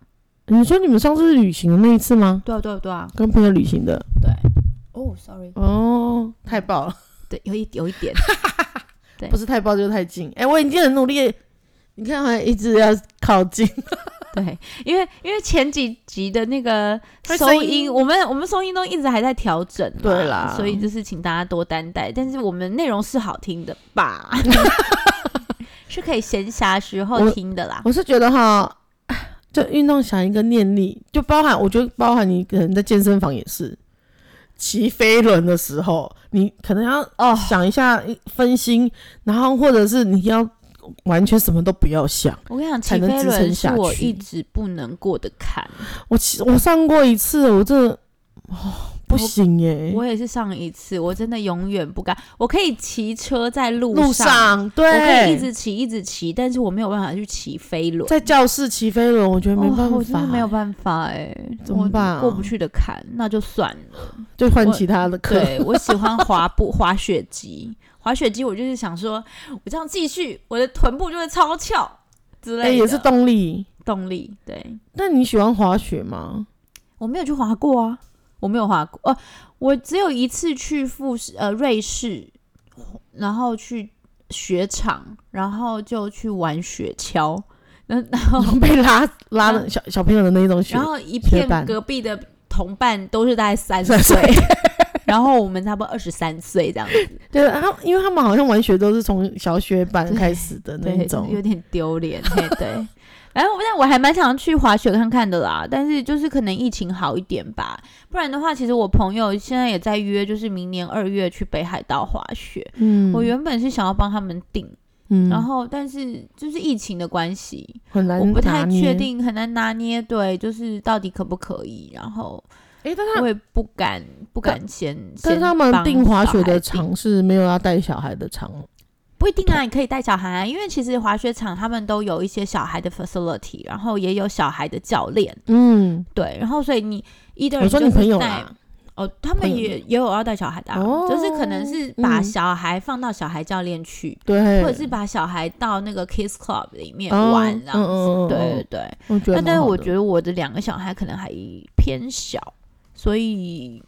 S1: 你说你们上次旅行的那一次吗？
S2: 对啊，对啊，对啊，
S1: 跟朋友旅行的
S2: 对。哦、s o r r y
S1: 哦，太爆了，
S2: 对，有一有一点，对
S1: 不是太爆就是太近。哎、我已经很努力，你看还一直要靠近，
S2: 对，因为因为前几集的那个
S1: 会
S2: 收
S1: 声
S2: 音，
S1: 音
S2: 我们我们收音都一直还在调整嘛，
S1: 对啦
S2: 所以就是请大家多担待。但是我们内容是好听的吧？ 是可以闲暇时候
S1: 我
S2: 听的啦。
S1: 我是觉得哈，就运动想一个念力，就包含我觉得包含你可能在健身房也是，骑飞轮的时候，你可能要
S2: 哦
S1: 想一下分心，然后或者是你要完全什么都不要想。
S2: 我跟你讲，
S1: 才
S2: 骑
S1: 能
S2: 飞
S1: 支撑
S2: 轮是
S1: 下
S2: 我
S1: 去
S2: 一直不能过的坎。
S1: 我骑我上过一次，我真的哦不行耶、
S2: 我也是上一次，我真的永远不敢。我可以骑车在路
S1: 路对，
S2: 我可以一直骑一直骑，但是我没有办法去骑飞轮。
S1: 在教室骑飞轮，我觉得没办
S2: 哦
S1: 法，欸
S2: 我真的没有办法哎、
S1: 怎么
S2: 我
S1: 办啊
S2: 过不去的坎，那就算了。
S1: 就换
S2: 我
S1: 其他的课。
S2: 对我喜欢滑步、滑雪机，滑雪机我就是想说，我这样继续，我的臀部就会超翘之类
S1: 哎，
S2: 的，
S1: 也是动力。
S2: 动力。对
S1: 那你喜欢滑雪吗？
S2: 我没有去滑过啊，我没有滑过，呃，我只有一次去富士呃瑞士，然后去雪场，然后就去玩雪橇，然后然 后
S1: 被拉拉的小小朋友的那一种雪
S2: 然，后一
S1: 学
S2: 片
S1: 伴
S2: 隔壁的同伴都是大概三岁， 然后我们差不多二十三岁这样子，
S1: 对，他因为他们好像玩雪都是从小雪板开始的那
S2: 对
S1: 一，种
S2: 有。点丢脸，嘿，对。反正我但我还蛮想去滑雪看看的啦，但是就是可能疫情好一点吧，不然的话，其实我朋友现在也在约，就是明年二月去北海道滑雪。
S1: 嗯
S2: 我原本是想要帮他们订，
S1: 嗯，
S2: 然后但是就是疫情的关系，
S1: 很难
S2: 我不太
S1: 拿捏
S2: 确。定，很难拿捏，对，就是到底可不可以，然后
S1: 哎，但
S2: 我
S1: 他
S2: 也不敢不敢先，
S1: 但是
S2: 先
S1: 他们
S2: 帮
S1: 订滑雪
S2: 小孩
S1: 的
S2: 订
S1: 场是没有要带小孩的场。
S2: 不一定啊，你可以带小孩啊，因为其实滑雪场他们都有一些小孩的 facility，然后也有小孩的教练，
S1: 嗯，
S2: 对，然后所以你 either
S1: 我说
S2: 就
S1: 你
S2: 是
S1: 朋友
S2: 带
S1: 啦，
S2: 哦，他们
S1: 朋友
S2: 也也有要带小孩的、啊，
S1: 哦
S2: 就是可能是把
S1: 嗯
S2: 小孩放到小孩教练去，
S1: 对，
S2: 或者是把小孩到那个 kids club 里面
S1: 嗯哦
S2: 玩这样
S1: 嗯嗯
S2: 子，
S1: 嗯嗯
S2: 对对对。
S1: 我觉得
S2: 那但是我觉
S1: 得
S2: 得我的两个小孩可能还偏小，所以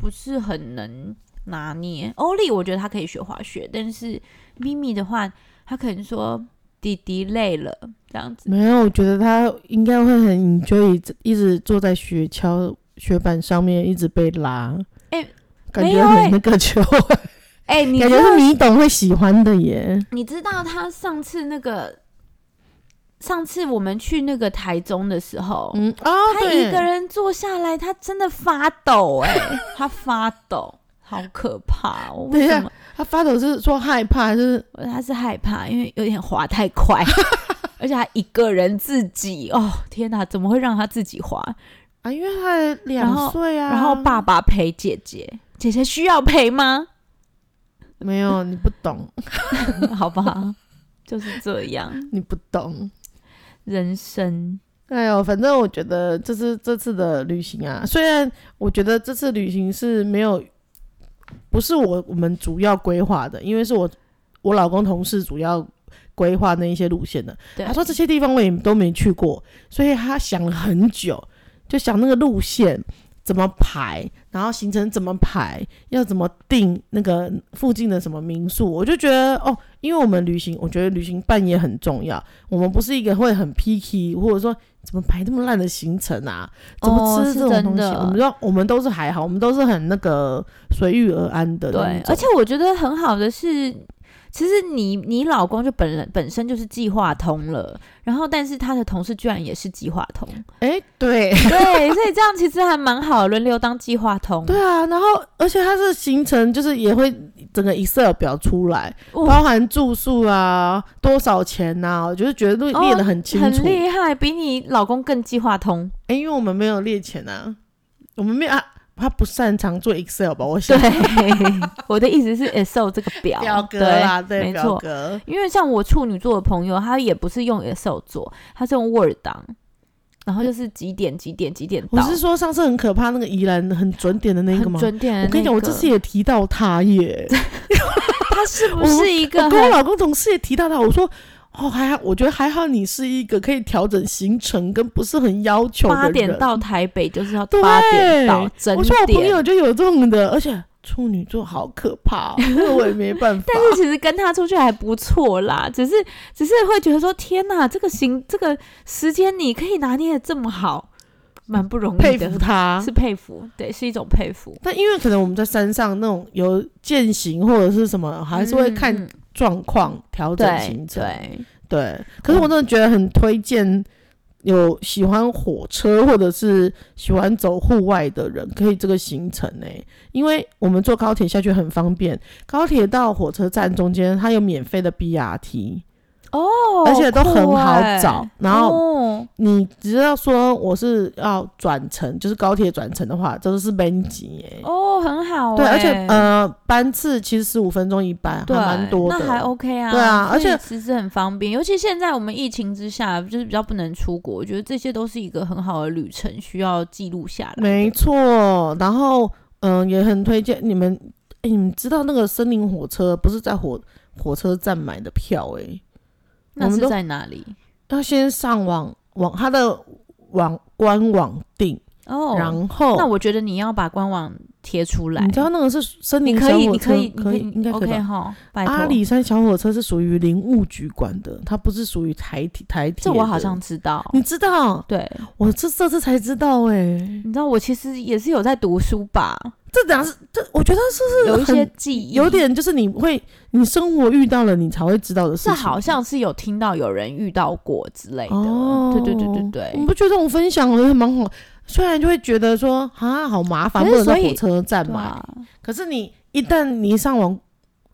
S2: 不是很能拿捏。欧丽我觉得他可以学滑雪，但是咪咪的话，他可能说弟弟累了这样子。
S1: 没有，我觉得他应该会很 enjoy，一直坐在雪橇雪板上面，一直被拉。
S2: 哎
S1: 感
S2: 没
S1: 觉
S2: 有
S1: 很
S2: 哎
S1: 那个球，
S2: 哎、你
S1: 感
S2: 知
S1: 觉
S2: 道
S1: 是你懂会喜欢的耶。
S2: 你知道他上次那个，上次我们去那个台中的时候，
S1: 嗯哦，
S2: 他一个人坐下来，他真的发抖哎、他发抖，好可怕、哦！
S1: 等
S2: 为
S1: 一下
S2: 什么？
S1: 他发抖是说害怕还是
S2: 他是害怕，因为有点滑太快，而且还一个人自己哦，天哪，怎么会让他自己滑？
S1: 啊，因为他两岁啊
S2: 然后爸爸陪姐姐，姐姐需要 陪吗？
S1: 没有，你不 懂，
S2: 好吧，就是这样，
S1: 你不懂。
S2: 人生
S1: 哎呦，反正我觉得这次这次的旅行啊，虽然我觉得这次旅行是没有，不是我我们主要规划的，因为是我我老公同事主要规划那一些路线的。
S2: 对
S1: 他说这些地方我也都没去过，所以他想了很久，就想那个路线怎么排，然后行程怎么排，要怎么定那个附近的什么民宿。我就觉得哦，因为我们旅行，我觉得旅行办也很重要。我们不是一个会很 picky，或者说怎么排这么烂的行程啊，怎么
S2: 哦
S1: 吃
S2: 是
S1: 这种
S2: 真
S1: 东西，
S2: 的
S1: 我们都我们都是还好，我们都是很那个随遇而安的那一
S2: 对
S1: 种，
S2: 而且我觉得很好的是，其实你你老公就本人本身就是计划通了，然后但是他的同事居然也是计划 通，
S1: 哎，对。
S2: 对，所以这样其实还蛮好，轮流当计划通，
S1: 对啊，然后而且它是行程，就是也会整个 Excel 表出来，
S2: 哇，
S1: 包含住宿啊、多少钱呐、我就是觉得都
S2: 哦
S1: 列得很清
S2: 很
S1: 楚。哎、
S2: 厉害，比你老公更计划通，
S1: 因为我们没有列钱啊，我们没有啊，他不擅长做 Excel 吧？我
S2: 对
S1: 想，
S2: 我的意思是 Excel 这个表
S1: 表格
S2: 对
S1: 啦，对，
S2: 没
S1: 表
S2: 错。
S1: 格。
S2: 因为像我处女座的朋友，他也不是用 Excel 做，他是用 Word 档，然后就是几点几点几点
S1: 我
S2: 到，
S1: 是说上次很可怕那个宜兰很准点的那个
S2: 很
S1: 吗？
S2: 准点、
S1: 我跟你讲，我这次也提到他耶，
S2: 他是不
S1: 我
S2: 是一个
S1: 我跟我
S2: 很
S1: 老公同事也提到他，我说。哦，还好，我觉得还好，你是一个可以调整行程跟不是很要求的人。
S2: 八点到台北就是要
S1: 对
S2: 八点到整
S1: 我说我朋
S2: 点？
S1: 友就有这种的，而且处女座好可怕、哦，那我也没办法。
S2: 但是其实跟他出去还不错啦，只是只是会觉得说天哪，这个行这个时间你可以拿捏的这么好，蛮不容易
S1: 佩
S2: 的，
S1: 服他
S2: 是。佩服，对，是一种佩服。
S1: 但因为可能我们在山上那种有践行或者是什么，还是会看
S2: 嗯
S1: 状况调整
S2: 对
S1: 行程。
S2: 对，
S1: 对可是我真的觉得很推荐有喜欢火车或者是喜欢走户外的人，可以这个行程呢、因为我们坐高铁下去很方便，高铁到火车站中间它有免费的 BRT。
S2: 哦
S1: 而且都很
S2: 酷
S1: 好
S2: 欸
S1: 找然后
S2: 哦
S1: 你只要说我是要转乘，就是高铁转乘的话，这就是班级耶。
S2: 哦，很好欸、
S1: 对，而且呃，班次其实十五分钟一班，还
S2: 对，
S1: 蛮多的。
S2: 那还 OK 啊，
S1: 对啊而
S2: 所以
S1: 且
S2: 其实很方便，尤其现在我们疫情之下，就是比较不能出国，我觉得这些都是一个很好的旅程，需要记录下来。
S1: 没错，然后嗯、呃也很推荐你们。诶你们知道那个森林火车不是在火火车站买的票诶、
S2: 那
S1: 我们
S2: 是
S1: 都
S2: 在哪里？
S1: 要先上网网它的网官网订，
S2: 哦，
S1: 然后
S2: 那我觉得你要把官网贴出来，
S1: 你知道那个是森林
S2: 你
S1: 小
S2: 可以，
S1: 火
S2: 你
S1: 车
S2: 可以，，你
S1: 可以
S2: 以
S1: 应该可以
S2: OK
S1: 吧
S2: 哈，拜托。
S1: 阿里山小火车是属于林务局管的，它不是属于台铁台铁的。
S2: 这我好像知道，
S1: 你知道，
S2: 对，
S1: 我这这次才知道哎、
S2: 你知道我其实也是有在读书吧，
S1: 这等下是这，我觉得是
S2: 有一些
S1: 很
S2: 记忆，
S1: 有点就是你会你生活遇到了你才会知道的事
S2: 这
S1: 情。
S2: 好像是有听到有人遇到过之类的，
S1: 哦，
S2: 对对对对对。
S1: 你不觉得这种分享也蛮好？虽然就会觉得说啊好麻烦，
S2: 可
S1: 不
S2: 是
S1: 能在
S2: 所以
S1: 火车站
S2: 对
S1: 买，
S2: 啊，
S1: 可是你一旦你上网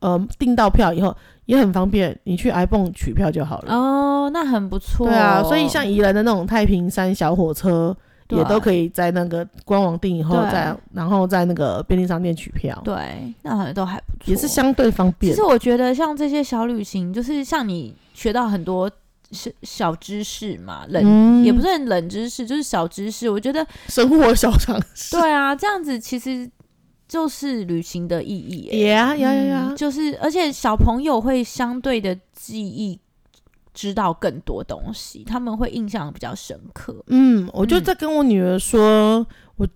S1: 呃订到票以后也很方便，你去 iPhone 取票就好了。
S2: 哦，那很不错。哦
S1: 对啊，所以像宜兰的那种太平山小火车，也都可
S2: 以。
S1: 以在那个官网订以后
S2: 对
S1: 再，然后在那个便利商店取票，
S2: 对，那好像都还不错。
S1: 也是相对方
S2: 其
S1: 便
S2: 实。我觉得像这些小旅行，就是像你学到很多小小知识嘛，冷、
S1: 嗯
S2: 也不是很冷知识，就是小知识。我觉得
S1: 生活小常识。
S2: 对啊，这样子其实就是旅行的意义、欸。
S1: 呀呀呀呀
S2: 嗯！就是而且小朋友会相对的记忆知道更多东西，他们会印象比较深刻。
S1: 嗯，我就在跟我女儿说，我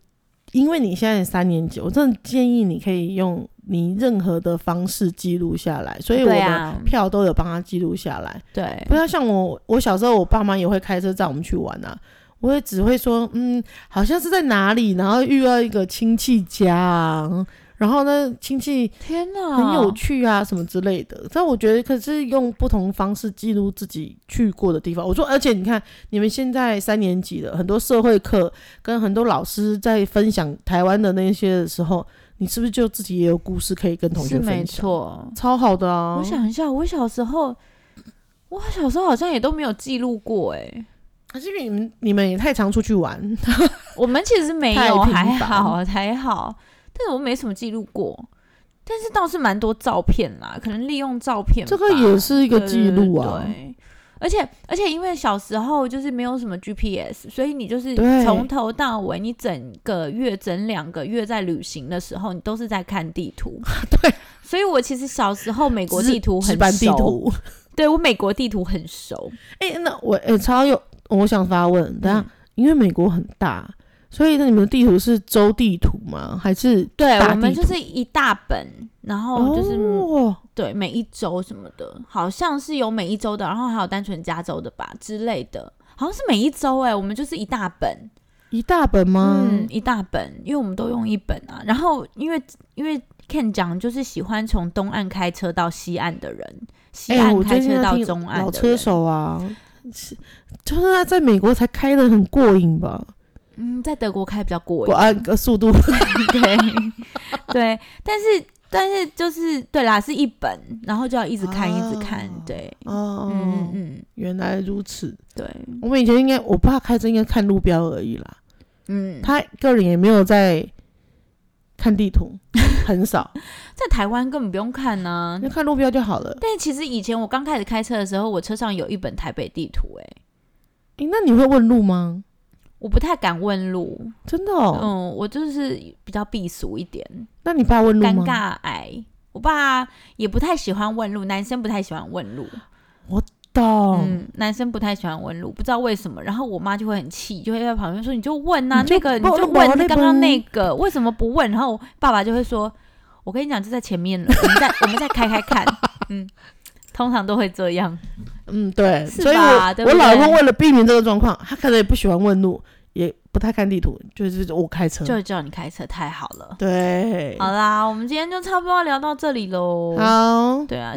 S1: 因为你现在三年级，我真的建议你可以用你任何的方式记录下来，所以我
S2: 对
S1: 的
S2: 啊，
S1: 票都有帮她记录下来。
S2: 对
S1: 不要像我，我小时候我爸妈也会开车载我们去玩啊，我也只会说，嗯，好像是在哪里，然后遇到一个亲戚家啊，然后呢亲戚
S2: 天哪，
S1: 很有趣啊什么之类的。但我觉得可是用不同方式记录自己去过的地方。我说，而且你看你们现在三年级了，很多社会课跟很多老师在分享台湾的那些的时候，你是不是就自己也有故事可以跟同学
S2: 是
S1: 分
S2: 没
S1: 享？
S2: 错。
S1: 超好的啊！
S2: 我想一下，我小时候，我小时候好像也都没有记录过哎、
S1: 还是因为你们你们也太常出去玩，
S2: 我们其实没
S1: 太
S2: 有，
S1: 频
S2: 还
S1: 繁
S2: 好啊还好，但是我没什么记录过，但是倒是蛮多照片啦，可能利用照片吧，
S1: 这个也是一个记录啊
S2: 对。对对而且而且，因为小时候就是没有什么 GPS，所以你就是
S1: 对
S2: 从头到尾，你整个月、整两个月在旅行的时候，你都是在看地图。
S1: 对，
S2: 所以我其实小时候美国地图
S1: 纸
S2: 很
S1: 板地
S2: 熟，
S1: 图。
S2: 对我美国地图很熟。
S1: 哎、那我哎、超有，我想发问，等一下、
S2: 嗯
S1: 因为美国很大，所以那你们的地图是州地图吗？还是
S2: 对
S1: 大
S2: 我们
S1: 地
S2: 就是一大本，然后就是、
S1: 哦，
S2: 对每一周什么的，好像是有每一周的，然后还有单纯加州的吧之类的，好像是每一周哎、我们就是一大本，
S1: 一大本吗？
S2: 嗯，一大本，因为我们都用一本啊。然后因为因为 Ken 讲就是喜欢从东岸开车到西岸的人，西
S1: 哎、
S2: 岸
S1: 我
S2: 开
S1: 最近
S2: 车
S1: 在
S2: 到
S1: 听
S2: 中岸的
S1: 老
S2: 人，
S1: 车手啊，是就是他在美国才开的很过瘾吧？
S2: 嗯，在德国开比较过
S1: 我
S2: 瘾，
S1: 按个速度，
S2: 对对， 但是但是就是对啦，是一本，然后就要一直看、一直看
S1: 啊，
S2: 对，
S1: 哦，
S2: 嗯嗯，
S1: 原来如此。
S2: 对，
S1: 我们以前应该，我爸开车应该看路标而已啦，
S2: 嗯，
S1: 他个人也没有在看地图，很少，
S2: 在台湾根本不用看啊呢、
S1: 就看路标就好了。
S2: 但其实以前我刚开始开车的时候，我车上有一本台北地图、欸，
S1: 诶那你会问路吗？
S2: 我不太敢问路，
S1: 真的哦？
S2: 嗯，我就是比较避俗一点，
S1: 那你爸问路
S2: 尴
S1: 吗？
S2: 尬癌。我爸也不太喜欢问路，男生不太喜欢问路，
S1: 懂，
S2: 嗯，男生不太喜欢问路，不知道为什么。然后我妈就会很气，就会在旁边说：“你就问呐、
S1: 你就
S2: 那个你
S1: 报
S2: 就
S1: 报那
S2: 问刚刚
S1: 本
S2: 那个，为什么不问？”然后爸爸就会说：“我跟你讲，就在前面了，我们再我们再开开看。”嗯，通常都会这 样。
S1: 嗯，对，
S2: 是
S1: 所以
S2: 吧
S1: 我
S2: 对不
S1: 我
S2: 对
S1: 老公为了避免这个状况，他可能也不喜欢问路，也不太看地图，就是我开车，
S2: 就哦会叫你开车，太好了。
S1: 对，
S2: 好啦，我们今天就差不多聊到这里喽。
S1: 好，
S2: 对啊，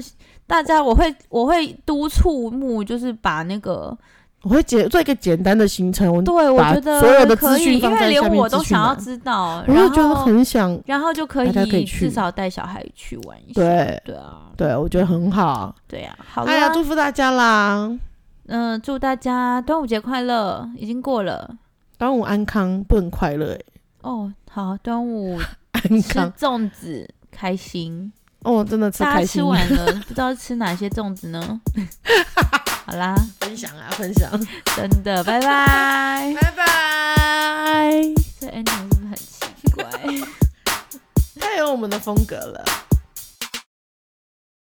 S2: 大家我会我会督促木，就是把那个
S1: 我会简做一个简单的行程，我
S2: 对我
S1: 把
S2: 觉得
S1: 所有的
S2: 可
S1: 资
S2: 以，
S1: 讯
S2: 因
S1: 放在
S2: 为
S1: 下
S2: 连
S1: 面
S2: 我都
S1: 资讯
S2: 想要
S1: 栏，
S2: 知道，
S1: 我
S2: 然
S1: 就觉得
S2: 后
S1: 很想，
S2: 然后就可
S1: 大家可以
S2: 至
S1: 去
S2: 少带小孩去玩一下。
S1: 对
S2: 对啊，
S1: 对，我觉得很好，
S2: 对啊，好
S1: 哎呀，
S2: 啦，
S1: 祝福大家啦，
S2: 嗯、祝大家端午节快乐，已经过了
S1: 端午安康，不能快乐，哎
S2: 哦。好，端午
S1: 安
S2: 吃
S1: 康，
S2: 粽子开心。
S1: 哦，真的吃
S2: 大
S1: 开
S2: 家吃
S1: 心，
S2: 完了，不知道吃哪些粽 子呢？好啦，
S1: 分享啊，分 享，
S2: 真的，拜拜。
S1: 哎拜拜。
S2: 这 ending 是不是很奇怪？
S1: 太有我们的风格了。